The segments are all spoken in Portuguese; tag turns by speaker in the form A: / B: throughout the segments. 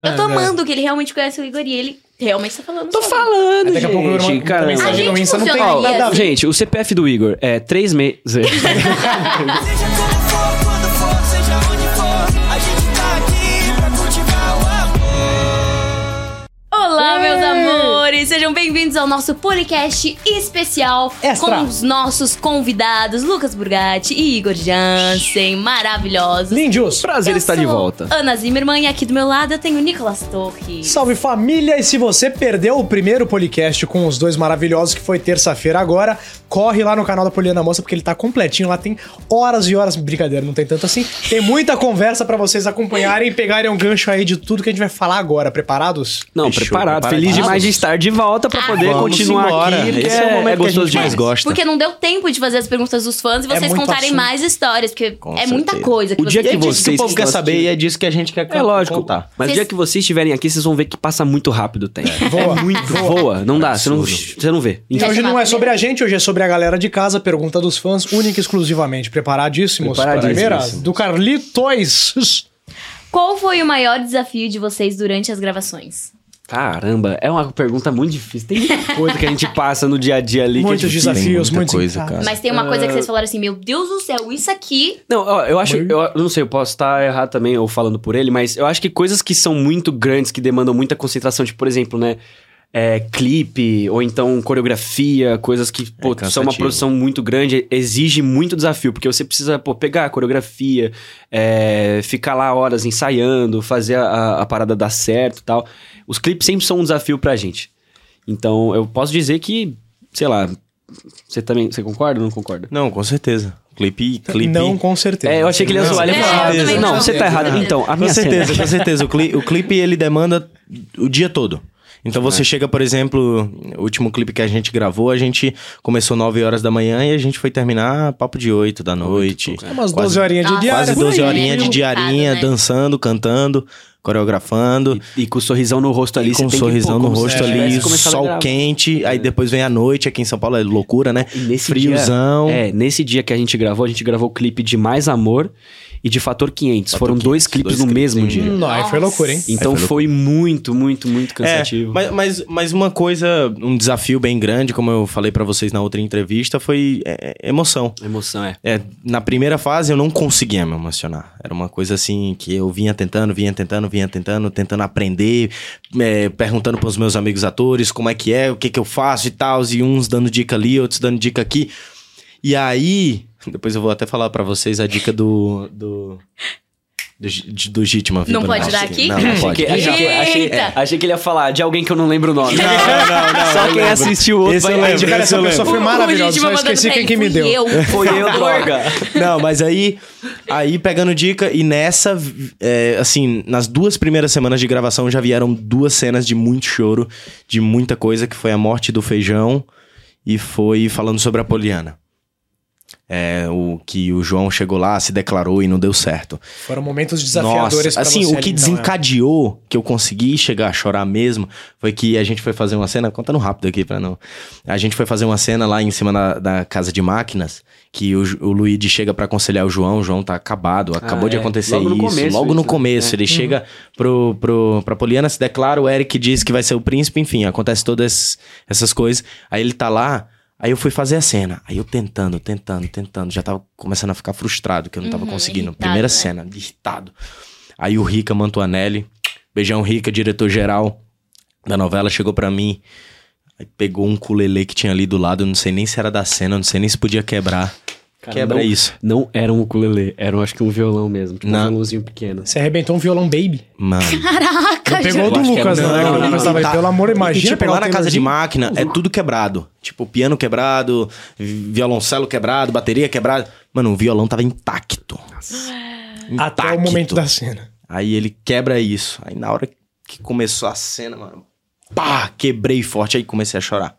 A: Eu tô amando que ele realmente conhece o Igor e ele realmente tá falando.
B: Tô
A: sobre.
B: falando,
C: Daqui a pouco eu
B: gente.
C: não-
B: Cara,
C: também
A: A
C: sangue no
A: gente
C: Insta não tem
A: funciona
C: nada a
A: assim.
C: ver.
B: gente, o CPF do Igor é três meses.
D: Seja como for, quando for, seja onde for, a gente tá aqui pra cultivar o amor.
A: Olá, meus amores! Sejam bem-vindos ao nosso podcast especial
C: Extra.
A: com os nossos convidados Lucas Burgatti e Igor Jansen, maravilhosos.
E: Lindios,
B: Prazer
A: Eu
B: estar de
A: sou Ah.
B: volta.
A: Ana Zimmermann e aqui do meu lado eu tenho o Nicolas Torre.
E: salve família! E se você perdeu o primeiro podcast com os dois maravilhosos, que foi terça-feira agora, corre lá no canal da Poliana Moça, porque ele tá completinho. Lá tem horas e horas. Brincadeira, não tem tanto assim. Tem muita conversa pra vocês acompanharem e pegarem um gancho aí de tudo que a gente vai falar agora. Preparados?
B: Não,
C: Fechou,
B: preparado.
C: preparado.
B: Feliz demais de estar de volta pra poder
C: Vamos
B: continuar
C: embora.
B: aqui. porque
C: Esse é o momento que a
B: gostoso
C: gente
B: demais.
C: mais gosta.
A: Porque não deu tempo de fazer as perguntas dos fãs e vocês
E: muito
A: contarem
E: assunto.
A: mais histórias, porque
C: Com
A: é muita
C: certeza.
A: coisa que
B: O dia
A: vocês
C: E
B: que
C: é
A: têm.
C: disso que o
B: vocês
C: povo quer
B: estão
C: saber
B: assistindo.
C: e é disso que a gente quer
B: É lógico.
C: contar.
B: Mas o
A: Vocês-
B: dia que vocês estiverem aqui, vocês vão ver que passa muito rápido o tempo.
E: Voa.
B: É muito voa. Não dá, você não, você não vê.
E: Então
A: Quer
E: hoje
A: chamar
E: não é
A: a primeira?
E: sobre a gente, hoje é sobre a galera de casa, pergunta dos fãs, única e exclusivamente. Preparadíssimos?
B: Preparadíssimos.
E: Primeira, do Carlitos.
A: Qual foi o maior desafio de vocês durante as gravações?
B: Caramba, é uma pergunta muito difícil. Tem muita coisa que a gente passa no dia a dia ali. que é
E: Muitos
B: difícil.
E: desafios,
C: muita
E: muitos
C: coisa,
E: encargos.
C: cara.
A: Mas é tem uma coisa que vocês
E: é
A: falaram assim, meu Deus do céu, isso aqui...
B: Não, ó, eu acho, eu, eu não sei, eu posso estar errado também, ou falando por ele, mas eu acho que coisas que são muito grandes, que demandam muita concentração, tipo, por exemplo, né, é, clipe, ou então coreografia, coisas que, pô, são uma
C: cansativo.
B: produção muito grande, exige muito desafio, porque você precisa, pô, pegar a coreografia, é, ficar lá horas ensaiando, fazer a- a, a parada dar certo e tal. Os clipes sempre são um desafio pra gente. Então, eu posso dizer que, sei lá, você também, você concorda ou não concorda?
C: Não, com certeza. Clipe, clipe.
E: Não, com certeza.
B: É, eu achei que ele ia
C: Não,
B: zoar. Ele ia
A: com
B: falar,
C: certeza,
B: não,
C: com
B: você tá
A: certeza.
B: errado. Então, a
C: Com
B: minha cena.
C: certeza, com certeza. O, cli- o clipe, ele demanda o dia todo. Então
B: É.
C: você chega, por exemplo, o último clipe que a gente gravou, a gente começou 9 horas da manhã e a gente foi terminar papo de 8 da noite.
E: É Umas
C: Quase-
E: 12 horinhas de
A: Nossa,
E: diária.
C: Quase
E: por aí.
C: 12
A: né?
C: horinhas de
A: Complicado,
C: diarinha,
A: né?
C: dançando, cantando, coreografando.
B: E é com o sorrisão no rosto ali,
C: com um
B: você tem
C: sorrisão
B: É, que, pô,
C: no
B: como se
C: rosto
B: tivesse
C: ali,
B: começado a
C: sol
B: gravar. É.
C: quente, aí depois vem a noite, aqui em São Paulo é loucura, né?
B: E nesse
C: Friozão.
B: Dia, é, nesse dia que a gente gravou, a gente gravou o clipe de Mais Amor e de Fator 500. Foram dois
C: 500,
B: clipes
C: dois
B: no
C: clipes
B: mesmo
C: em um
B: dia.
C: dia.
E: Não, aí
A: Nossa.
E: foi loucura, hein?
B: Então
C: foi
B: foi muito, muito, muito cansativo.
C: É, mas, mas, mas uma coisa, um desafio bem grande, como eu falei pra vocês na outra entrevista, foi é, é, emoção.
B: Emoção, é.
C: É, na primeira fase eu não conseguia me emocionar. Era uma coisa assim que eu vinha tentando, vinha tentando, vinha tentando, tentando aprender, é, perguntando pros meus amigos atores como é que é, o que que eu faço e tal, e uns dando dica ali, outros dando dica aqui. E aí, depois eu vou até falar pra vocês a dica do. do... Do, gi- do Gitman.
A: Não pode dar aqui?
C: Não, não
B: Achei, que-
C: pode.
B: achei que- achei- é,
A: Eita!
B: achei que ele ia falar de alguém que eu não lembro o nome.
C: não, não,
B: Só
C: eu
B: quem
C: lembro.
B: assistiu o outro
C: Esse
B: vai
C: eu lembro,
B: identificar
E: Cara,
B: essa
E: essa pessoa
B: pessoa.
E: foi
A: O- o
E: maravilhosa,
A: Didi
E: só
A: mandando
E: esqueci
A: pra
E: quem
A: ele,
E: que me
A: fui
E: deu.
A: eu.
B: Foi eu, droga.
C: Não, mas aí, aí pegando dica, e nessa, vi- é, assim, nas duas primeiras semanas de gravação já vieram duas cenas de muito choro, de muita coisa, que foi a morte do feijão e foi falando sobre a Poliana. É, o que o João chegou lá, se declarou e não deu certo.
E: Foram momentos desafiadores pra
C: assim,
E: você
C: o que
E: ali, então, é.
C: desencadeou que eu consegui chegar a chorar mesmo foi que a gente foi fazer uma cena, contando rápido aqui pra não. A gente foi fazer uma cena lá em cima da, da casa de máquinas que o, Ju- o Luigi chega pra aconselhar o João, o João tá acabado, acabou de
B: é.
C: acontecer
B: Logo no
C: isso,
B: começo
C: logo
B: isso,
C: no
B: né?
C: começo,
B: É.
A: Uhum.
C: ele chega pro, pro, pra Poliana, se declara, o Eric diz que vai ser o príncipe, enfim, acontece todas essas coisas, aí ele tá lá, aí eu fui fazer a cena, aí eu tentando, tentando, tentando, já tava começando a ficar frustrado, que eu não tava
A: Uhum,
C: conseguindo,
A: irritado,
C: primeira
A: né?
C: cena, irritado, aí o Rica Mantuanelli, beijão Rica, diretor-geral da novela, chegou pra mim, aí pegou um culelê que tinha ali do lado, eu não sei nem se era da cena, eu não sei nem se podia quebrar,
B: Cara,
C: quebra
B: não-
C: isso.
B: Não era um ukulele, era acho que um violão mesmo. Tipo
C: Não.
B: um violãozinho pequeno.
E: Você arrebentou um violão baby.
C: Mano.
A: Caraca,
E: Não pegou o
A: gente.
E: do
B: acho
E: Lucas,
B: que é muito-
E: não, né?
B: não,
E: O
B: não,
E: Lucas
B: não,
E: tava aí,
C: tá.
E: Pelo amor,
C: E,
E: imagina
C: tipo,
E: pegar
C: lá
E: um
C: na casa de
E: Taylorzão.
C: máquina é tudo quebrado. Tipo, piano quebrado, vi- violoncelo quebrado, bateria quebrada. Mano, o violão tava intacto.
E: Até o momento da cena.
C: Aí ele quebra isso. Aí na hora que começou a cena, mano, pá, quebrei forte. Aí comecei a chorar.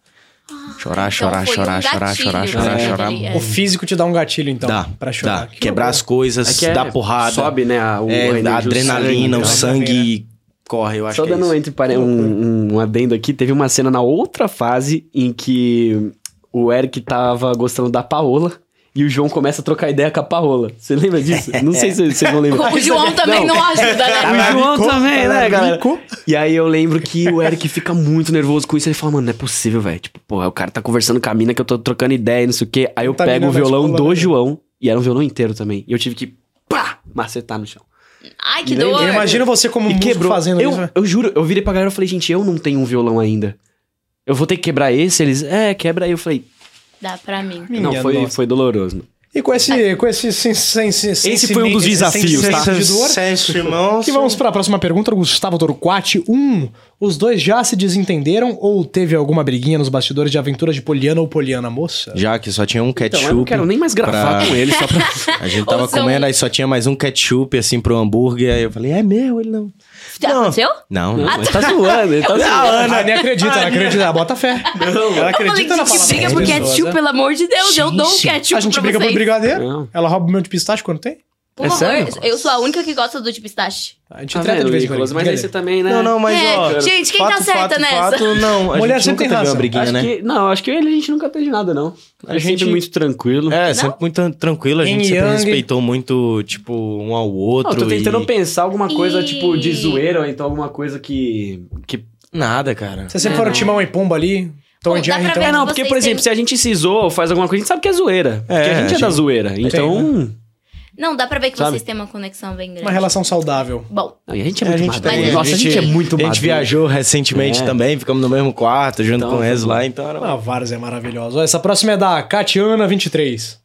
C: Chorar, chorar,
A: foi um
C: chorar, chorar,
A: gatilho,
C: chorar,
A: né,
C: chorar,
A: ali,
C: chorar.
A: é.
E: O físico te dá um gatilho, então,
C: Dá,
E: pra chorar.
C: dá. Quebrar as
B: É
C: coisas,
B: que é-
C: dar porrada.
B: Sobe, né? A, o-
C: É,
B: a energia,
C: a
B: o
C: adrenalina, o
B: sangue,
E: sangue,
C: sangue corre, eu acho
B: Só
C: que é
B: dando
C: isso.
B: entre pare- um, um adendo aqui, teve uma cena na outra fase em que o Eric tava gostando da Paola. e o João começa a trocar ideia com a Paola. Você lembra disso? Não sei se vocês vão lembrar.
A: O João também não, ajuda,
C: Tá
A: né?
B: O João também, né,
E: Ela
B: galera?
E: bicou.
B: E aí eu lembro que o Eric fica muito nervoso com isso. Ele fala, mano, não é possível, velho. Tipo, porra, o cara tá conversando com a mina que eu tô trocando ideia, e não sei o quê. Aí eu
E: Tá
B: pego
E: mina
B: o violão do
C: né?
E: articulando.
B: João, e era um violão inteiro também. E eu tive que, pá, macetar no chão.
A: Ai, que
E: Eu
A: dor.
E: imagino você como
B: E
E: músico
B: quebrou.
E: fazendo
B: eu,
E: isso. né?
B: eu juro, eu virei pra galera e falei, gente, eu não tenho um violão ainda. Eu vou ter que quebrar esse? Eles, é, quebra aí. Eu falei,
A: Dá pra mim.
B: não,
E: Minha
B: foi,
E: nossa.
B: foi doloroso.
E: E com esse, com esse sen- sen- sen-
B: Ah. Esse foi um
E: sentimento-
B: dos desafios,
E: esse
B: tá?
E: sentimento de dor.
C: Sucesso, irmãos.
E: E vamos para a próxima pergunta, Gustavo Torquati. Um, os dois já se desentenderam ou teve alguma briguinha nos bastidores de aventura de Poliana ou Poliana Moça?
C: Já que só tinha um ketchup.
B: Então, eu não quero nem mais gravar
C: pra-
B: com ele, só pra...
C: A gente tava
A: Ou são-
C: comendo, aí só tinha mais um ketchup, assim, pro hambúrguer. Aí eu falei, é meu, ele não.
A: Já
C: Não.
A: aconteceu?
C: Não, não.
B: Não, ele tá zoando, ele tá zoando.
E: Ana nem acredita, ela acredita, ela bota fé. Ela
A: Eu falei,
E: acredita na
A: gente, que
E: palavra
A: briga
E: das
B: é
A: por
E: pessoas,
A: ketchup,
E: né?
A: pelo amor de Deus. Eu dou um ketchup
E: A gente
A: pra
E: briga por
A: vocês.
E: brigadeiro,
B: Não.
E: ela rouba o meu de pistache quando tem.
A: Por
B: É
A: favor,
B: sério?
A: eu sou a única que gosta do Tipo de pistache.
E: A gente
B: Tá
E: trata de
B: vendo,
E: vez em quando.
B: Nicolas? Mas aí você
E: brincadeira.
B: também, né?
C: Não, não, mas
A: É,
C: ó.
A: gente, quem tá certa nessa?
C: Fato, não. A
E: Mulher
C: gente
E: sempre tem
C: nunca teve
E: razão.
C: uma briguinha,
B: Acho
C: né?
B: que- não, acho que ele a gente nunca teve nada, não.
C: A
B: A gente
C: gente-
B: muito tranquilo.
C: É, sempre muito tran- tranquilo, a
E: Yin
C: gente sempre
E: yang.
C: respeitou muito, tipo, um ao
B: Não,
C: outro.
B: eu tô tentando
C: e...
B: pensar alguma coisa,
A: E-
B: tipo, de zoeira, ou então alguma coisa que. que...
C: Nada, cara.
E: Vocês sempre foram Timão e Pomba ali, Tom
A: Bom,
E: e
A: dá
E: Jerry,
A: pra
E: então...
A: ver-
B: É, não, porque,
A: Vocês
B: por exemplo,
A: têm-
B: se a gente se zoa ou faz alguma coisa, a gente sabe que é zoeira. Porque a gente é
C: a
B: da
C: gente-
B: zoeira. Então.
A: Não, dá pra ver que
B: Sabe?
A: vocês têm uma conexão bem grande.
E: Uma relação saudável.
A: Bom,
B: Não, e a gente é
C: É,
B: muito
A: tá-
B: maduro.
A: a
B: Nossa, a gente é muito
C: A
B: maduro.
C: gente viajou recentemente
B: É.
C: também, ficamos no mesmo quarto, junto
B: Então,
C: com o Enzo lá, então era
E: A Vars é maravilhosa. Ó, Essa próxima é da Catiana 23.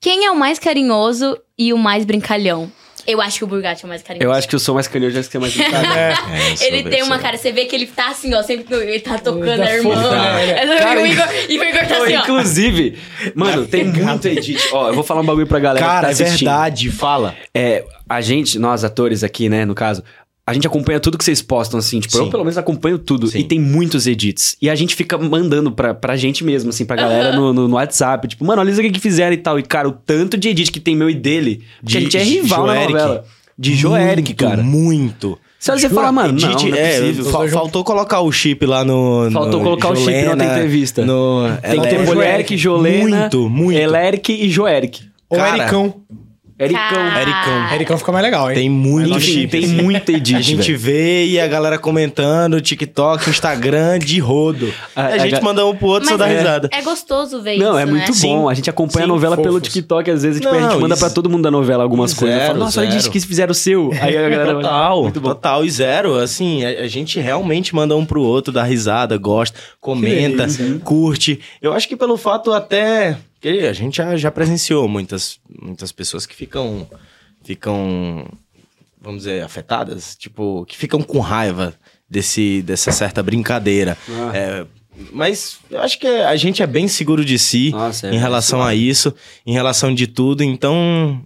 A: quem é o mais carinhoso e o mais brincalhão? Eu acho que o Burgatti é o mais carinhoso.
B: Eu acho que eu sou mais canhoto, já que você é mais brincalhão.
C: É, isso,
A: Ele
C: eu
A: tem
C: vejo.
A: uma cara, você vê que ele tá assim, ó, sempre que ele tá tocando
E: Tá
A: a irmã.
E: fofo,
A: né?
E: né?
A: Aí
B: Cara,
A: o Igor, e o Igor tá
B: Não,
A: assim, ó.
B: inclusive, mano, tem muito edit. Ó, eu vou falar um bagulho pra galera
C: Tá Cara, é
B: que tá assistindo.
C: verdade, fala.
B: É, a gente, nós atores aqui, né, no caso, a gente acompanha tudo que vocês postam, assim, tipo,
C: Sim.
B: eu pelo menos acompanho tudo.
C: Sim.
B: E tem muitos edits. E a gente fica mandando pra, pra gente mesmo, assim, pra galera no, no, no WhatsApp. Tipo, mano, olha isso aqui que fizeram e tal. E, cara, o tanto de edit que tem meu e dele, que
C: De-
B: a gente é
C: de
B: rival na
C: Joeric.
B: novela. De Joeric,
C: Muito,
B: cara.
C: Muito.
B: Se você fala, mano, não,
C: Didi-
B: não é possível.
C: fal- faltou colocar o chip lá no.
B: Faltou
C: no
B: colocar o chip na outra
C: Jolena,
B: entrevista.
C: No,
B: Tem que ter
C: Eléric.
B: Polieric, Jolena,
C: É,
B: é
C: Muito, muito.
B: Eleric e Joeric.
E: Ou
C: Cara,
E: Ericão.
B: Ericão.
C: Ericão.
E: Ericão fica mais legal, hein?
C: Tem muito
B: Enfim,
C: chip.
B: tem
C: assim.
B: muito edit,
C: A gente
B: velho.
C: vê e a galera comentando, TikTok, Instagram, de rodo.
B: A-
C: A,
B: a
C: gente
B: ga-
C: manda um pro outro só dá
A: é,
C: risada.
A: é gostoso ver isso,
B: Não, é muito
A: né?
B: bom. A gente acompanha
C: Sim,
B: a novela pelo
E: fofos.
B: TikTok, às vezes, tipo, a gente
C: Não,
B: manda
C: isso-
B: pra todo mundo da novela algumas
C: Zero,
B: coisas. Fala, Nossa, olha
C: zero.
B: disso que fizeram o seu. Aí a galera vai. "Ah,
C: Total,
B: muito bom.
C: total e zero. Assim, a, a gente realmente manda um pro outro, dá risada, gosta, comenta, curte. Eu acho que pelo fato até que a gente já, já presenciou muitas, muitas pessoas que ficam, ficam, vamos dizer, afetadas, tipo, que ficam com raiva desse, dessa certa brincadeira.
B: Ah.
C: É, mas eu acho que a gente é bem seguro de si
B: Nossa, é
C: em relação a isso, em relação de tudo. Então,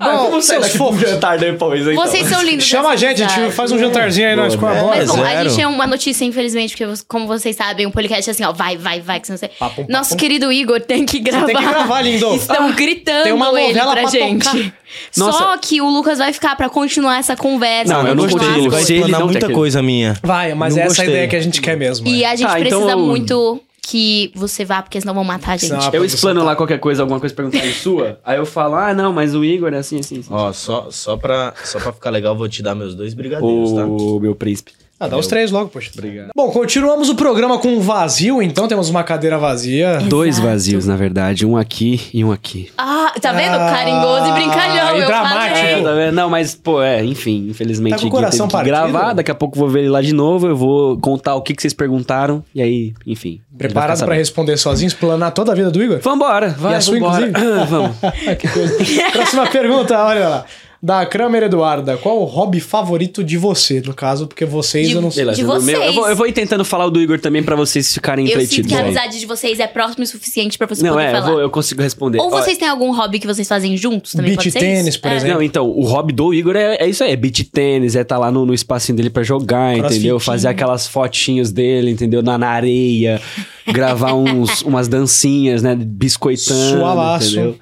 B: Ah,
E: Bom,
B: vamos sair
E: seus
B: daqui pro
E: fofos.
B: jantar depois, então.
A: Vocês são lindos.
E: Chama a
A: dessa
E: gente,
A: amizade.
E: tio, faz um jantarzinho aí, nós com a
C: Boa,
E: bola.
A: Mas bom, a
C: zero.
A: gente tem uma notícia, infelizmente, porque vos- como vocês sabem, o podcast é assim, ó, vai, vai, vai, que você não sei.
E: Papum,
A: Nosso
E: papum.
A: querido Igor tem que gravar.
E: tem que gravar, lindo.
A: Estão gritando
E: tem uma
A: ele
E: novela
A: pra
E: pra
A: gente.
E: tocar.
A: Só
B: Nossa.
A: que o Lucas vai ficar pra continuar essa conversa.
B: Não, eu não
A: continuar.
B: continuo.
C: vai
B: Se ele
C: explanar
B: não
C: muita
B: quer-
C: coisa minha.
E: Vai, mas
C: Não
E: essa é
C: gostei.
E: a ideia que a gente quer mesmo.
A: E a
E: é.
A: gente
B: Tá, então
A: precisa
B: eu-
A: muito que você vá, porque senão vão matar a gente.
E: Senão-
B: Eu explano lá qualquer coisa, alguma coisa perguntarem sua. Aí eu falo, ah, não, mas o Igor é assim, assim, assim.
C: Ó, só, só, pra, só pra ficar legal, vou te dar meus dois brigadeiros, tá?
B: Ô, meu príncipe.
E: Ah, dá os três logo, poxa.
B: Obrigado.
E: Bom, continuamos o programa com um vazio, então temos uma cadeira vazia.
B: Dois vazios, na verdade. Um aqui e um aqui.
A: Ah, tá vendo?
E: Ah,
A: Caringoso e brincalhão.
E: e
A: eu
E: dramático.
A: falei.
B: É, tá vendo? Não, mas, pô, é, enfim, infelizmente
E: Tá com o
B: Gui teve
E: coração
B: que
E: partido?
B: gravar, daqui a pouco eu vou ver ele lá de novo, eu vou contar o que, que vocês perguntaram, e aí, enfim. ele vai ficar
E: Preparado
B: sabendo.
E: pra responder sozinho, explanar toda a vida do Igor?
B: Vambora, vai,
E: e a sua,
B: vambora.
E: inclusive?
B: Vamos.
E: que coisa. Próxima pergunta, olha lá. Da Kramer Eduarda, qual o hobby favorito de você? No caso, porque vocês
A: De-
E: eu não sei.
A: De
B: o meu-
A: vocês.
B: Eu, vou, eu vou ir tentando falar o do Igor também pra vocês ficarem
A: Eu sinto
B: entretidos. né?
A: que a amizade de vocês é próxima o suficiente pra você
B: Não,
A: poder
B: é, eu,
A: falar.
B: vou- eu consigo responder.
A: Ou
B: Ó,
A: vocês têm algum hobby que vocês fazem juntos também?
E: Beach
A: pode ser
E: tênis,
A: isso?
E: por
A: É.
E: exemplo.
B: Não, então, o hobby do Igor é, é isso aí, é beat tênis, é tá lá no, no espacinho dele pra jogar,
E: Crossfitinho.
B: entendeu? Fazer aquelas fotinhos dele, entendeu? Na, na areia, gravar uns, umas dancinhas, né? Biscoitando,
E: Suavaço.
B: entendeu?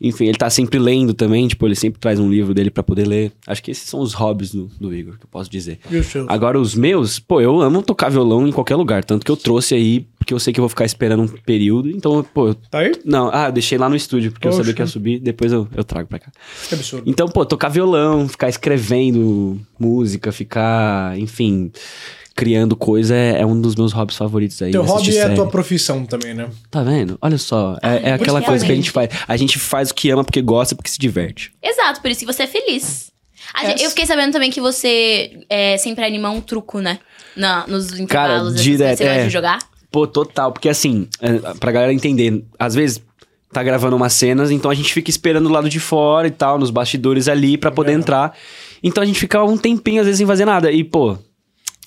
B: Enfim, ele tá sempre lendo também, tipo, ele sempre traz um livro dele pra poder ler. Acho que esses são os hobbies do, do Igor, que eu posso dizer.
E: E os seus?
B: Agora, os meus, pô, eu amo tocar violão em qualquer lugar, tanto que eu trouxe aí, porque eu sei que eu vou ficar esperando um período, então, pô, eu-
E: Tá aí?
B: não, ah, eu deixei lá no estúdio, porque eu
E: Poxa.
B: sabia que ia subir, depois eu, eu trago pra cá.
E: Que absurdo.
B: Então, pô, tocar violão, ficar escrevendo música, ficar, enfim, criando coisa é, é um dos meus hobbies favoritos aí.
E: Teu hobby
B: assistir
E: é a
B: série.
E: tua Ah, profissão também, né?
B: Tá vendo? Olha só, é, é
A: por
B: aquela
A: isso que
B: coisa que a
A: realmente-
B: gente faz. A gente faz o que ama porque gosta, porque se diverte.
A: Exato, por isso que você é feliz. A
E: É.
A: gente- eu fiquei sabendo também que você é, sempre anima um truco, né? Na, nos intervalos. essas coisas.
B: direto,
A: Você gosta
B: é.
A: de jogar?
B: Pô, total, porque assim, é, pra galera entender, às vezes tá gravando umas cenas, então a gente fica esperando o lado de fora e tal, nos bastidores ali pra
E: É.
B: poder entrar. Então a gente fica um tempinho às vezes sem fazer nada. E, pô,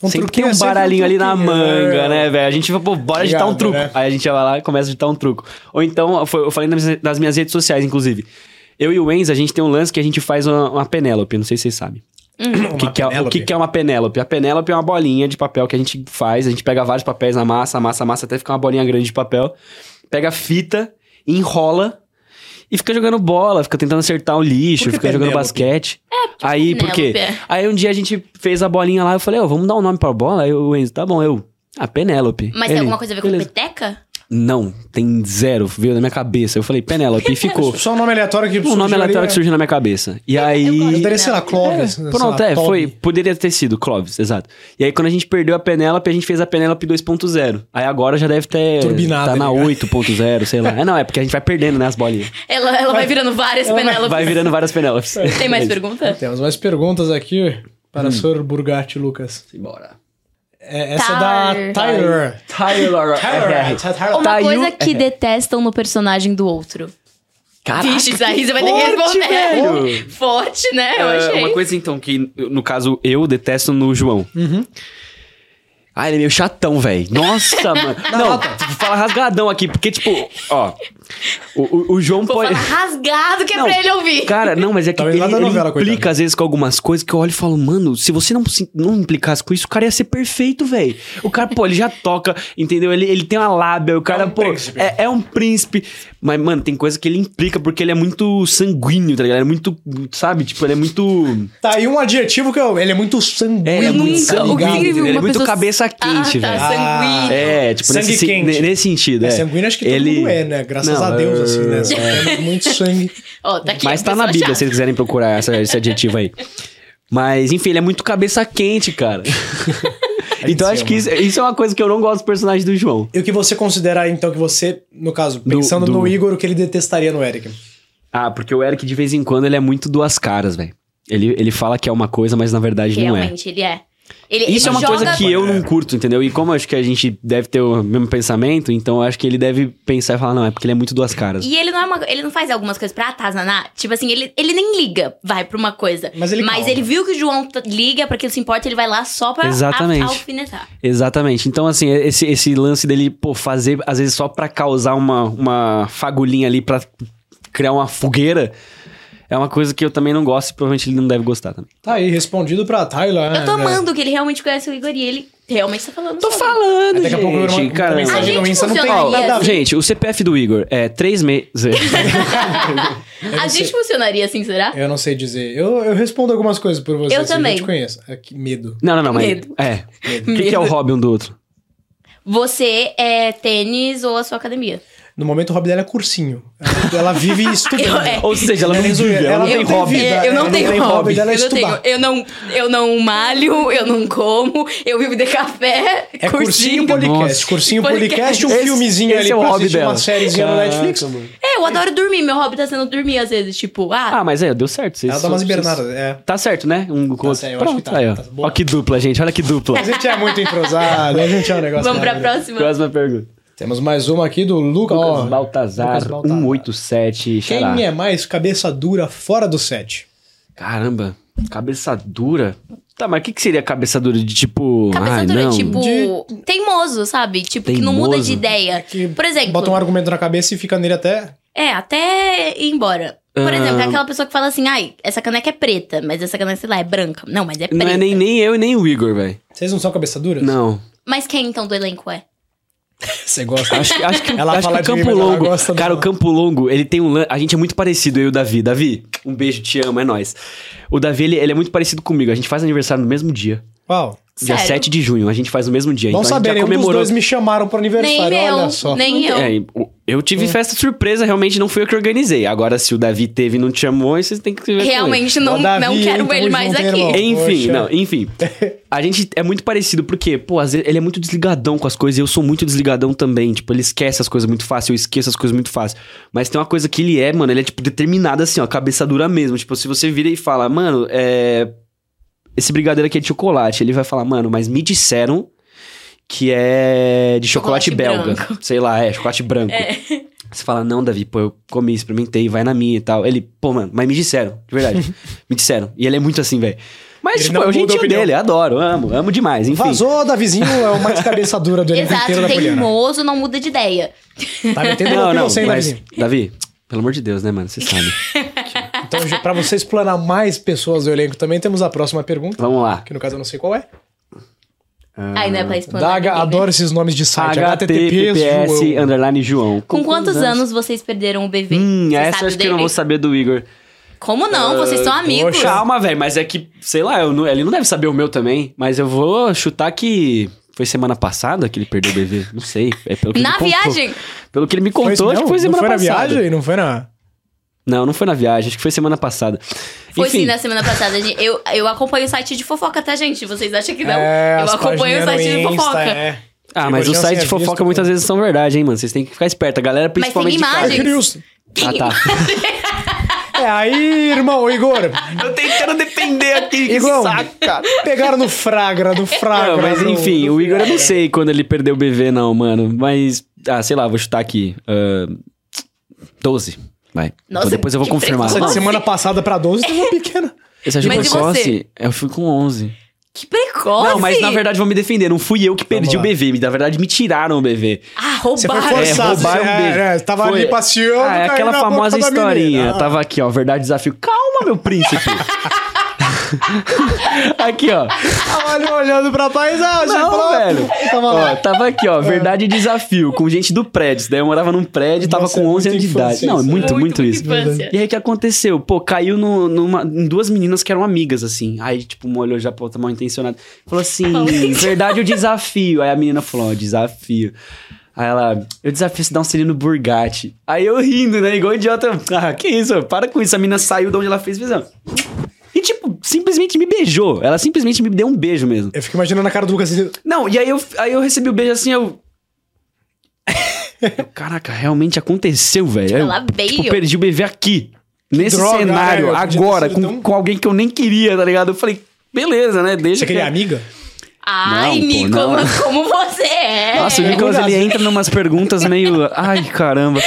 E: Um
B: sempre
E: truquinho
B: tem um
E: é sempre um
B: baralhinho ali na
E: truquinho,
B: manga,
E: é.
B: né, velho? A gente fala, pô, bora agitar um
E: Obrigado,
B: truco.
E: né?
B: Aí a gente vai lá e começa a agitar um truco. Ou então, foi- eu falei nas, minhas- nas minhas redes sociais, inclusive. Eu e o Enzo, a gente tem um lance que a gente faz uma, uma Penélope, não sei se vocês sabem. O que,
E: Uma
B: que é, o
E: Penélope.
B: que, que é uma Penélope? A Penélope é uma bolinha de papel que a gente faz. A gente pega vários papéis na massa, amassa, amassa, até ficar uma bolinha grande de papel. Pega a fita, enrola e fica jogando bola, fica tentando acertar o lixo,
E: Por que
B: fica jogando
E: Penélope?
B: basquete. É, Aí, por quê?
A: Penélope, é.
B: Aí um dia a gente fez a bolinha lá, eu falei, ó, vamos dar um nome pra bola? Aí o Enzo, tá bom, eu. A Penélope.
A: Mas
B: Ele,
A: tem alguma coisa a ver com
B: beleza.
A: peteca?
B: Não, tem zero, veio na minha cabeça. Eu falei, Penélope, e ficou.
E: Só um nome aleatório que
B: é Um nome
E: surgiu ali,
B: aleatório
E: né?
B: que surgiu na minha cabeça. E aí.
A: gosto.
E: Poderia ser lá,
A: Não.
E: Clóvis. sei lá,
B: Pronto, é,
E: Toby.
B: foi, poderia ter sido Clóvis, exato. E aí quando a gente perdeu a Penélope, a gente fez a Penélope 2.0. Aí agora já deve ter
E: Turbinada,
B: tá na
E: né?
B: 8.0, sei lá. É não, é porque a gente vai perdendo, né, as bolinhas.
A: Ela, ela vai virando várias penélopes.
B: Vai virando várias Penélopes. É
A: Tem mais pergunta?
E: Temos mais perguntas aqui para
B: Hum.
E: Sr. Burgatti Lucas.
B: Bora.
E: É, essa é da Tyler.
B: Tyler.
E: Tyler. Tyler.
A: Uma
B: Tá, e
A: coisa
B: o-
A: que detestam no personagem do outro.
B: Caraca,
A: Vixe, isso aí você vai ter que
B: forte,
A: responder.
B: velho.
A: Forte, né? Eu
B: É,
A: achei.
B: Uma coisa, então, que no caso eu detesto no João.
E: Uhum.
B: Ah, ele é meio chatão, velho. Nossa, mano. Não,
E: tá.
B: tipo, fala rasgadão aqui, porque, tipo, ó. O, o- o João
A: Vou
B: pode.
A: falar rasgado que é
B: Não,
A: pra ele ouvir.
B: Cara, não, mas é que
E: Talvez Tá
B: ele,
E: lá da
B: ele
E: novela,
B: implica
E: coitado.
B: às vezes com algumas coisas que eu olho e falo, mano, se você não, se- não implicasse com isso, o cara ia ser perfeito, velho. O cara, pô, ele já toca, entendeu? Ele, ele tem uma lábia, o cara,
E: um
B: pô,
E: príncipe.
B: é, é um príncipe. Mas, mano, tem coisa que ele implica porque ele é muito sanguíneo, tá ligado? Ele é muito, sabe? Tipo, ele é muito.
E: Tá aí um adjetivo que eu. Ele é muito
B: É,
E: sanguíneo.
B: ele é muito
A: Nunca, o que
B: sanguíneo,
A: incrível,
B: ele é
A: Tá uma
B: muito
A: pessoa-
B: cabeça quente,
A: ah, tá,
B: velho.
A: sanguíneo.
B: É, tipo,
E: Sangue
B: nesse, sen-
E: quente.
B: ne- nesse sentido.
E: É
B: É,
E: sanguíneo, acho que todo
B: ele...
E: mundo é, né? Graças
B: Não,
E: a Deus,
B: é-
E: assim, né? Só temos muito sangue.
A: Ó, tá aqui.
B: Mas
A: a
B: tá na
A: pessoa
B: Bíblia,
A: chata.
B: se vocês quiserem procurar essa- esse adjetivo aí. Mas, enfim, ele é muito cabeça quente, cara. então acho que isso, isso é uma coisa que eu não gosto do personagem do João.
E: E o que você considera, então, que você, no caso, pensando
B: do-
E: no Igor, o que ele detestaria no Eric?
B: Ah, porque o Eric, de vez em quando, ele é muito duas caras, velho. Ele, ele fala que é uma coisa, mas na verdade não é.
A: Realmente, ele é. Ele,
B: Isso
A: ele
B: é uma
A: joga...
B: coisa que eu não curto, entendeu? E como eu acho que a gente deve ter o mesmo pensamento, então eu acho que ele deve pensar e falar, não, é porque ele é muito duas caras.
A: E ele não é uma. Ele não faz algumas coisas pra atazanar. Tipo assim, ele, ele nem liga, vai pra uma coisa.
E: Mas ele calma.
A: ele viu que o João t- liga pra que ele se importa, ele vai lá só pra
B: Exatamente.
A: a- alfinetar.
B: Exatamente. Então, assim, esse, esse lance dele, pô, fazer, às vezes, só pra causar uma, uma fagulhinha ali, pra criar uma fogueira, é uma coisa que eu também não gosto e provavelmente ele não deve gostar também.
E: Tá aí, respondido pra Tyler.
A: Eu tô
E: né?
A: amando que ele realmente conhece o Igor e ele realmente tá falando. sobre.
B: falando,
E: Daqui a pouco eu mando uma
B: caramba.
E: mensagem no
A: A gente
E: Insta, não tem
A: funcionaria
E: nada a ver.
B: Gente, o CPF do Igor é três meses.
A: A gente funcionaria assim, será?
E: Eu não sei dizer. Eu, eu respondo algumas coisas por você.
A: Eu
E: se
A: também.
E: Eu te conheço. É, que medo.
B: Não, não, não, mas.
A: Medo.
B: É. O que, que é o hobby um do outro?
A: Você é tênis ou a sua academia?
E: No momento, o hobby dela é cursinho. Ela, ela vive estudando.
A: Eu- é.
B: Ou seja, ela não
E: Ela
B: vive, ela não
E: Eu
B: tem
E: tenho
B: hobby.
E: vida,
A: é, eu
E: ela
A: não
E: não
A: tenho
E: tem
A: hobby.
E: hobby, ela é
A: eu, não tenho,
E: estudar.
A: eu, não, eu não malho, eu não como, eu vivo de café,
E: É cursinho, podcast.
B: Nossa.
E: Cursinho, podcast, um
B: Esse-
E: filmezinho
B: esse
E: ali
B: é o
E: pra
B: hobby
E: assistir uma
B: dela.
E: sériezinha no
B: Caraca,
E: Netflix.
A: É, eu adoro dormir, meu hobby tá sendo dormir às vezes, tipo, ah,
B: Ah, mas aí, ó, deu certo. vocês-
E: Ela dá umas
B: vocês-
E: hibernadas, é.
B: Tá certo, né? Um com o outro.
E: certo, eu acho que
B: Pronto,
E: tá.
B: aí, ó.
E: Tá bom.
B: Ó que dupla, gente. Olha que dupla.
E: A gente é muito entrosado, a gente é um negócio...
A: vamos pra
E: maravilhoso.
A: próxima.
B: Próxima pergunta.
E: Temos mais uma aqui do Lucas...
B: Lucas
E: ó,
B: Baltazar,
E: Lucas Baltazar.
B: 187.
E: Quem
B: xará.
E: é mais cabeça dura fora do set?
B: Caramba, cabeça dura. Tá, mas o que, que seria cabeça dura? De tipo.
A: Cabeça
B: ai,
A: dura,
B: não.
A: tipo, teimoso, sabe? Tipo, que não
B: Teimoso.
A: muda de ideia.
E: Que
A: Por exemplo,
E: Bota um argumento na cabeça e fica nele até...
A: é, até ir embora. Por
B: Ah.
A: exemplo, é aquela pessoa que fala assim, ai, essa caneca é preta, mas essa caneca, sei lá, é branca. Não, mas é preta.
B: Não é nem, nem eu e nem o Igor, velho.
E: Vocês não são cabeça duras?
B: Não.
A: Mas quem então do elenco é?
E: Você gosta?
B: Acho, que- acho que,
E: Ela
B: acho que
E: fala
B: o
E: de mim,
B: Campo
E: mas ela
B: Longo.
E: gosta
B: cara,
E: dela.
B: o Campo Longo, ele tem um. lan- A gente é muito parecido, eu e o Davi. Davi, um beijo, te amo, é nóis. O Davi, ele, ele é muito parecido comigo. A gente faz aniversário no mesmo dia.
E: Uau.
B: Dia
A: Sério?
B: 7 de junho, a gente faz no mesmo dia.
E: Vamos
B: então a
E: saber,
B: gente já
E: nenhum dos
B: comemorou.
E: dois me chamaram pro
A: Nem
E: aniversário, olha
A: eu,
E: só.
A: nem eu.
B: É, e o- eu tive festa surpresa, realmente não fui eu que organizei. Agora, se o Davi teve e não te chamou, aí vocês têm que se ver com ele.
A: Realmente não,
E: Ó, Davi,
A: não
E: hein,
A: quero
E: tamo
A: ele mais
E: junto, hein,
A: aqui.
E: irmão?
B: Enfim,
E: Poxa.
B: não, enfim. A gente é muito parecido, porque, pô, às vezes ele é muito desligadão com as coisas e eu sou muito desligadão também. Tipo, ele esquece as coisas muito fácil, eu esqueço as coisas muito fácil. Mas tem uma coisa que ele é, mano, ele é, tipo, determinado assim, ó, cabeça dura mesmo. Tipo, se você vira e fala, mano, é. Esse brigadeiro aqui é de chocolate. Ele vai falar, mano, mas me disseram que é de chocolate,
A: Chocolate
B: belga. Sei lá, é, chocolate branco. Você fala, não, Davi, pô, eu comi, experimentei, vai na minha e tal. Ele, pô, mano, mas me disseram, de verdade. me disseram. E ele é muito assim, velho. Mas,
E: Ele
B: tipo,
E: não
B: é o
E: muda a
B: jeitinho
E: opinião.
B: dele, adoro, amo, amo demais, enfim.
E: Vazou, Davizinho é o mais cabeça dura
B: né?
E: do
B: é
E: elenco inteiro
A: Exato, um.
E: da Poliana.
A: teimoso, não muda de ideia.
E: Tá metendo
B: Não,
E: louco em
B: não,
E: você, hein,
B: mas,
E: Davizinho?
B: Davi, pelo amor de Deus, né, mano, você sabe.
E: Então, ju- pra você explanar mais pessoas do elenco também, temos a próxima pergunta,
B: Vamos lá.
E: que no caso eu não sei qual é.
B: Ah,
A: Aí não é pra explanar.
E: Daga,
A: ninguém, né?
E: adoro esses nomes de site. HTTPS,
B: HTTPS,
E: João.
B: underline João.
A: Com quantos anos vocês perderam o bebê?
B: Hum,
A: Você
B: essa eu
A: sabe
B: acho
A: o
B: que eu não
A: dele?
B: vou saber do Igor.
A: Como não? Vocês são amigos.
E: poxa.
B: Calma, velho, mas é que, sei lá, eu não- ele não deve saber o meu também, mas eu vou chutar que foi semana passada que ele perdeu o bebê, não sei. É pelo que
A: Na
B: ele me contou.
A: viagem?
B: Pelo que ele me
E: isso
B: contou, acho
E: mesmo?
B: que foi semana
E: não foi na
B: passada.
E: viagem? Não foi na...
B: Não, não foi na viagem, acho que foi semana passada.
A: Foi
B: Enfim,
A: sim né? na semana passada. gente. Eu, eu acompanho o site de fofoca, tá, gente? Vocês acham que não?
E: É,
A: eu
E: as
A: acompanho o
E: páginas
A: site de
E: no Insta,
A: fofoca.
E: é.
B: Ah, mas os
E: Hoje não
B: sites de
E: tinha visto,
B: fofoca
E: pô.
B: muitas vezes são verdade, hein, mano? Vocês têm que ficar esperto. A galera,
A: tem
B: principalmente.
A: imagem?
E: Fake news.
B: de casa. Ah, tá.
E: É aí, irmão, Igor.
B: Eu tentando defender aqui, que
E: Igor, ah,
B: saco.
E: pegaram no Fragra, no Fragra.
B: Não, mas
E: no-
B: enfim,
E: no
B: o Igor eu não
E: Fragra.
B: sei quando ele perdeu o bebê, não, mano. Mas, ah, sei lá, vou chutar aqui. ahn, 12. Vai.
A: Nossa,
B: Depois eu vou
A: que
B: confirmar.
E: Nossa, de
A: precoce.
E: semana passada pra 12 teve uma pequena.
B: Essa
A: Mas e
B: precoce, eu fui com 11.
A: Que precoce!
B: Não, mas na verdade vou me defender. Não fui eu que perdi o
E: Então lá.
B: bebê. Na verdade, me tiraram o bebê.
A: Ah,
E: Você foi
A: roubaram.
B: forçado.
E: forçado.
B: roubaram
E: você-
B: um beijo.
E: é, tava
B: Foi.
E: ali passeando.
B: Ah, é
E: caiu
B: aquela
E: na boca
B: famosa
E: da menina.
B: historinha.
E: Ah,
B: Tava aqui, ó. Verdade, desafio. Calma, meu príncipe. aqui, ó.
E: Tava ali olhando pra paisagem.
B: Não,
E: falou,
B: velho.
E: Tava
B: Ó,
E: lá.
B: tava aqui, ó. Verdade e desafio. Com gente do prédio. Isso Daí eu morava num prédio e tava
E: Nossa,
B: com
E: é
B: 11 anos
E: muita
B: de idade.
E: infância
B: Não, é
E: isso, né?
B: muito, muito isso.
A: infância.
B: E aí o que aconteceu? Pô, caiu no- numa- em duas meninas que eram amigas, assim. Aí, tipo, uma olhou já pra outra mal intencionada. Falou assim:
A: Mal intencionada.
B: verdade ou desafio? Aí a menina falou: ó, desafio. Aí ela, eu desafio você dar um selinho no Burgatti. Aí eu rindo, né? Igual idiota. Ah, que isso? Para com isso. A menina saiu de onde ela fez visão. E, tipo, simplesmente me beijou. Ela simplesmente me deu um beijo mesmo.
E: Eu fico imaginando a cara do Lucas. assim,
B: Não, e aí eu, aí eu recebi o beijo assim, eu. Caraca, realmente aconteceu, velho. Aí eu,
A: ela veio.
B: Tipo, perdi o bebê aqui. Nesse
E: droga,
B: cenário,
E: né? Eu podia ter
B: agora,
E: sido
B: com,
E: tão-
B: com alguém que eu nem queria, tá ligado? Eu falei, beleza, né? Deixa
E: Você
B: que.
E: queria amiga?
A: Ai,
B: Não, pô,
A: Nicolas, como você é?
B: Nossa, o Nicolas ele
E: Cuidado.
B: entra numas perguntas meio. Ai, caramba.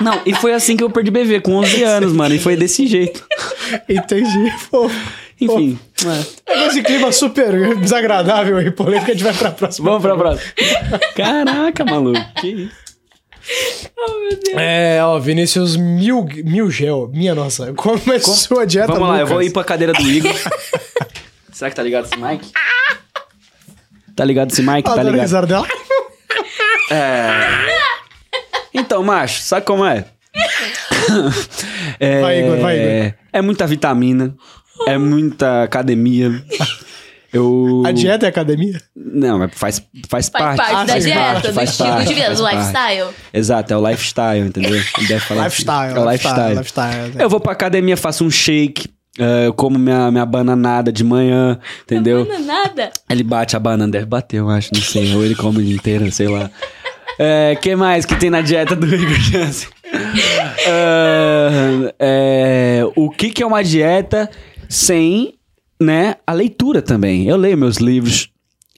B: Não, e foi assim que eu perdi o bebê, com 11 anos, mano. E foi desse jeito.
E: Entendi. Pô.
B: Enfim. é.
E: É com esse clima super desagradável e polêmico, a gente vai pra próxima.
B: Vamos pra próxima. Caraca, maluco. Que isso?
E: É, ó, Vinícius Mil, Milgel, minha nossa, como é sua dieta,
B: Vamos lá, eu
E: Lucas?
B: vou ir pra cadeira do Igor. Será que tá ligado esse mic? Tá ligado esse mic? Tá
E: Adoro a
B: ligado.
E: risada dela.
B: Então, macho, sabe como é? é
E: Vai, Igor, vai, Igor.
B: É muita vitamina, é muita academia. Eu.
E: A dieta é academia?
B: Não, mas faz,
A: Faz
B: faz,
A: parte
E: Ah,
A: da
E: faz
A: dieta,
E: parte,
A: do estilo de vida,
B: faz
A: do
B: parte.
A: lifestyle.
B: Exato, é o lifestyle, entendeu? Ele Deve falar assim.
E: Lifestyle,
B: É
E: lifestyle,
B: o lifestyle.
E: lifestyle. né?
B: Eu vou pra academia, faço um shake, eh, eu como minha, minha bananada de manhã, entendeu?
A: Não nada.
B: Ele bate a banana, deve bater, eu acho, não sei. Ou ele come inteira, sei lá. É, que mais que tem na dieta do Igor Jansen? Ah, é, o que, que é uma dieta sem né, a leitura também? Eu leio meus livros,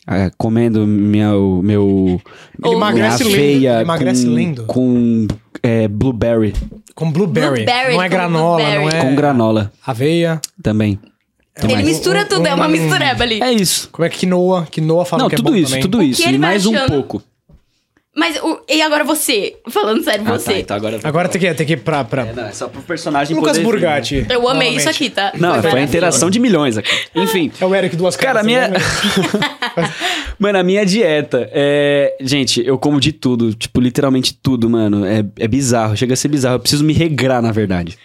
B: ah, comendo meu, meu
A: Ele
E: emagrece
B: minha
E: lendo,
B: aveia
E: ele emagrece
B: com,
E: lendo.
B: com é, blueberry,
E: Com blueberry.
A: Blueberry,
E: não é
A: com
E: granola, não
A: blueberry.
E: é
B: com granola
E: aveia.
B: também. Que
A: Ele
B: mais?
A: mistura tudo, é uma mistureba ali.
B: É isso.
E: Como é que quinoa? Quinoa fala
B: Não,
E: que é
B: tudo
E: bom
B: isso,
E: também.
B: tudo
A: que
B: isso.
A: ele
B: E
A: vai
B: mais um
A: achando?
B: pouco.
A: Mas o, e agora você? Falando sério,
B: Ah,
A: você.
B: tá, então agora eu vou
E: Agora
B: falar.
E: tem que, tem que ir pra... pra...
B: Não, é só pro personagem
E: Lucas
B: poder vir, né?
E: Burgatti.
A: Eu amei isso
E: novamente.
A: aqui, tá?
B: Não, é foi a
A: maravilhoso.
B: interação de milhões aqui. Enfim.
E: É o Eric Duas
B: Cara,
E: Caras.
B: minha.
E: né?
B: Mano, a minha dieta é. Gente, eu como de tudo. Tipo, literalmente tudo, mano. É, é bizarro. Chega a ser bizarro. Eu preciso me regrar, na verdade.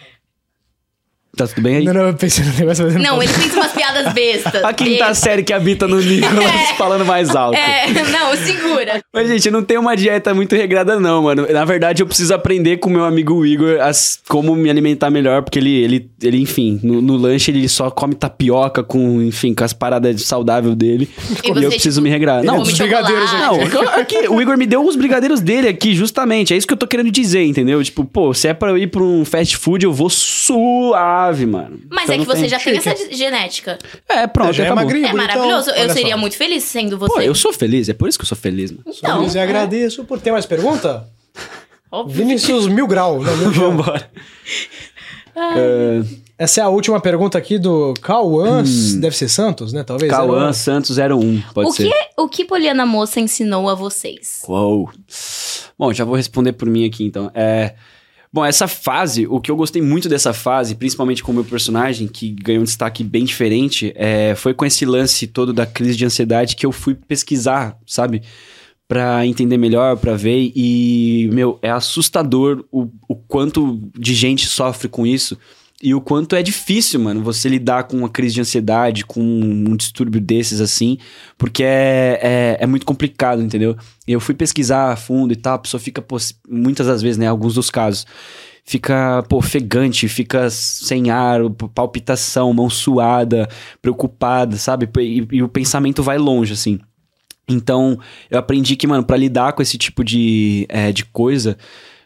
B: Tá tudo bem aí?
E: Não, não, eu pensei no negócio, mas eu
A: Não,
E: posso.
A: ele fez umas piadas bestas.
B: A quinta
A: Besta.
B: série que habita no Nicolas falando mais alto.
A: É, não, segura.
B: Mas, gente, eu não tenho uma dieta muito regrada, não, mano. Na verdade, eu preciso aprender com meu amigo Igor as- como me alimentar melhor, porque ele, ele, ele enfim, no, no lanche ele só come tapioca com, enfim, com as paradas saudáveis dele. E,
A: você,
B: eu preciso
A: tipo,
B: me regrar. Não,
A: come
E: dos brigadeiros
A: chocolate.
B: não, eu- aqui, o Igor me deu os brigadeiros dele aqui, justamente. É isso que eu tô querendo dizer, entendeu? Tipo, pô, se é pra eu ir pra um fast food, eu vou suave, mano.
A: Mas
B: Então
A: é
B: não
A: que você
B: tem-
A: já tem essa genética.
B: É, pronto,
E: Já é
B: acabou.
E: magrinho.
A: É
E: bonitão.
A: maravilhoso. Eu
E: Olha
A: seria
E: só.
A: muito feliz sendo você.
B: Pô, eu sou feliz, é por isso que eu sou feliz, mano.
A: Então,
E: Mas eu agradeço por ter mais pergunta.
A: Óbvio.
E: Vinícius Mil Grau. Não, Mil Grau.
B: Vambora. É,
E: Essa é a última pergunta aqui do Cauã.
B: Hum.
E: Deve ser Santos, né? Talvez.
B: Cauã Santos 01, pode
A: o
B: ser.
A: que, o que Poliana Moça ensinou a vocês?
B: Uou. Bom, já vou responder por mim aqui, então. É... Bom, essa fase, o que eu gostei muito dessa fase, principalmente com o meu personagem, que ganhou um destaque bem diferente, é, foi com esse lance todo da crise de ansiedade que eu fui pesquisar, sabe? Pra entender melhor, pra ver. E, meu, é assustador o, o quanto de gente sofre com isso. E o quanto é difícil, mano, você lidar com uma crise de ansiedade, com um distúrbio desses, assim. Porque é, é, é muito complicado, entendeu? Eu fui pesquisar a fundo e tal, a pessoa fica, pô, se- muitas das vezes, né, alguns dos casos, fica, pô, ofegante, fica sem ar, p- palpitação, mão suada, preocupada, sabe? P- E, e o pensamento vai longe, assim. Então, eu aprendi que, mano, pra lidar com esse tipo de, é, de coisa,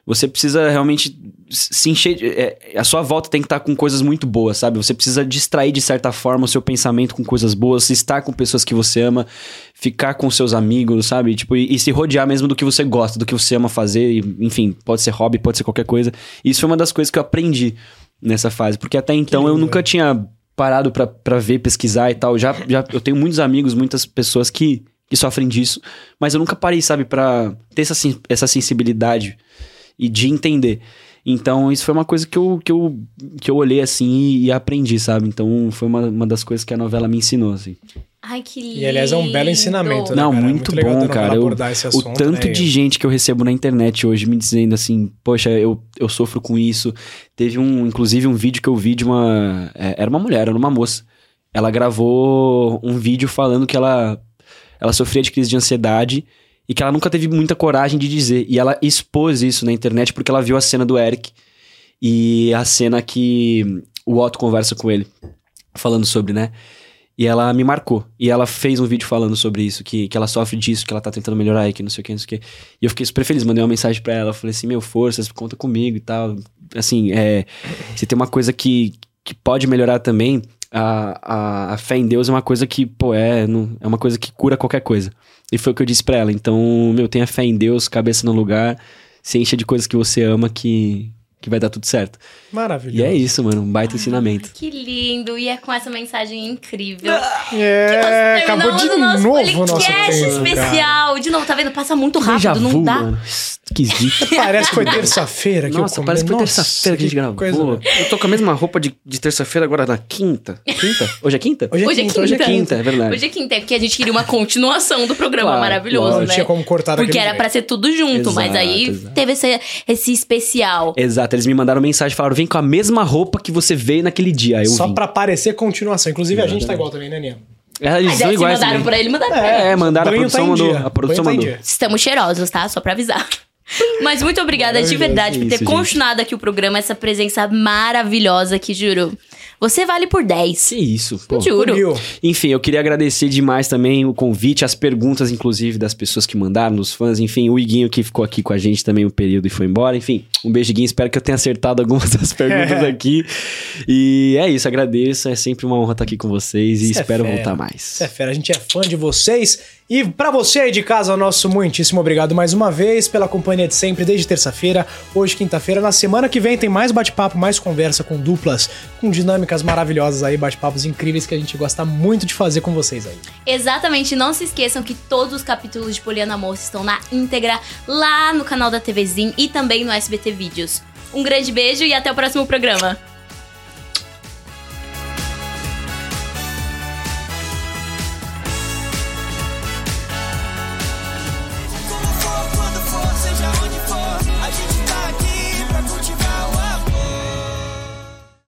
B: você precisa realmente se encher. de- é, a sua volta tem que estar com coisas muito boas, sabe? Você precisa distrair de certa forma o seu pensamento com coisas boas, estar com pessoas que você ama, ficar com seus amigos, sabe? Tipo, e, e se rodear mesmo do que você gosta, do que você ama fazer, e, enfim, pode ser hobby, pode ser qualquer coisa. Isso foi uma das coisas que eu aprendi nessa fase, porque até então eu nunca tinha parado pra- pra ver, pesquisar e tal. Já, já eu tenho muitos amigos, muitas pessoas que, que sofrem disso, mas eu nunca parei, sabe, pra ter essa, sen- essa sensibilidade e de entender. Então, isso foi uma coisa que eu, que eu, que eu olhei assim e, e aprendi, sabe? Então, foi uma, uma das coisas que a novela me ensinou, assim.
A: Ai, que lindo.
E: E aliás, é um belo ensinamento. né,
B: Não,
E: cara? É
B: muito
E: legal
B: bom,
E: da novela
B: cara. Eu-
E: abordar esse
B: o
E: assunto,
B: tanto
E: né?
B: de gente que eu recebo na internet hoje me dizendo assim, poxa, eu, eu sofro com isso. Teve um, inclusive, um vídeo que eu vi de uma. é, era uma mulher, era uma moça. Ela gravou um vídeo falando que ela, ela sofria de crise de ansiedade e que ela nunca teve muita coragem de dizer. E ela expôs isso na internet porque ela viu a cena do Eric e a cena que o Otto conversa com ele, falando sobre, né? E ela me marcou. E ela fez um vídeo falando sobre isso, que, que ela sofre disso, que ela tá tentando melhorar e que não sei o que, não sei o que. E eu fiquei super feliz, mandei uma mensagem pra ela. Falei assim, meu, forças, conta comigo e tal. Assim, é, se tem uma coisa que, que pode melhorar também, a, a, a fé em Deus é uma coisa que, pô, é, não- é uma coisa que cura qualquer coisa. E foi o que eu disse pra ela. Então, meu, tenha fé em Deus, cabeça no lugar, se encha de coisas que você ama que, que vai dar tudo certo. E
E: Maravilhoso.
B: é isso, mano, um baita ensinamento.
A: Que lindo. E é com essa mensagem incrível. que nós
E: É, acabou
A: terminamos
E: de
A: o nosso
E: novo o nosso
A: podcast
E: tempo, cara.
A: especial. De novo, tá vendo? Passa muito
B: Déjà
A: rápido, não
B: vu,
A: dá.
B: mano. Esquisito.
E: Parece que foi terça-feira É que eu
B: Nossa,
E: comi.
B: parece que foi
E: Nossa,
B: terça-feira que a gente gravou.
E: coisa- né?
B: Eu tô com a mesma roupa de, de terça-feira agora na quinta. Quinta? Hoje é quinta?
A: Hoje é quinta.
B: Hoje é quinta, é verdade.
A: Hoje é quinta, é porque a gente queria uma continuação do programa
B: Claro,
A: maravilhoso,
B: claro.
E: Não
A: né?
E: tinha como cortar
A: Porque
E: daquele
A: era
E: jeito.
A: pra ser tudo junto, mas
B: Exato,
A: aí
B: exato.
A: teve esse, esse especial.
B: Exato, eles me mandaram mensagem, falaram, vem com a mesma roupa que você veio naquele dia. Aí Eu
E: Só
B: vim.
E: pra parecer continuação. Inclusive, a gente tá igual também, né, Aninha?
B: É, Eles
A: Mas
B: são
A: aí se
B: iguais
A: mandaram
B: também.
A: pra ele, mandaram pra ele.
B: É, mandaram, a
E: Banho tá
B: produção
E: em
B: mandou.
E: dia.
B: A produção
E: Banho tá em
B: mandou.
E: dia.
A: Estamos cheirosos, tá? Só pra avisar. Mas muito obrigada de verdade por ter
B: é Isso, gente.
A: continuado aqui o programa, essa presença maravilhosa que juro. Você vale por 10.
B: Que isso, pô.
A: Juro.
E: Mil.
B: Enfim, eu queria agradecer demais também o convite, as perguntas, inclusive, das pessoas que mandaram, dos fãs, enfim, o Iguinho que ficou aqui com a gente também um período e foi embora. Enfim, um beijo, Iguinho. Espero que eu tenha acertado algumas das perguntas aqui. E é isso, agradeço. É sempre uma honra estar aqui com vocês e
E: Cê é
B: espero
E: fera.
B: voltar mais.
E: Isso é fera, a gente é fã de vocês. E pra você aí de casa, nosso muitíssimo obrigado mais uma vez pela companhia de sempre, desde terça-feira, hoje quinta-feira. Na semana que vem tem mais bate-papo, mais conversa com duplas, com dinâmicas maravilhosas aí, bate-papos incríveis que a gente gosta muito de fazer com vocês aí.
A: Exatamente, não se esqueçam que todos os capítulos de Poliana Moça estão na íntegra lá no canal da TVzinho e também no SBT Vídeos. Um grande beijo e até o próximo programa.
D: tá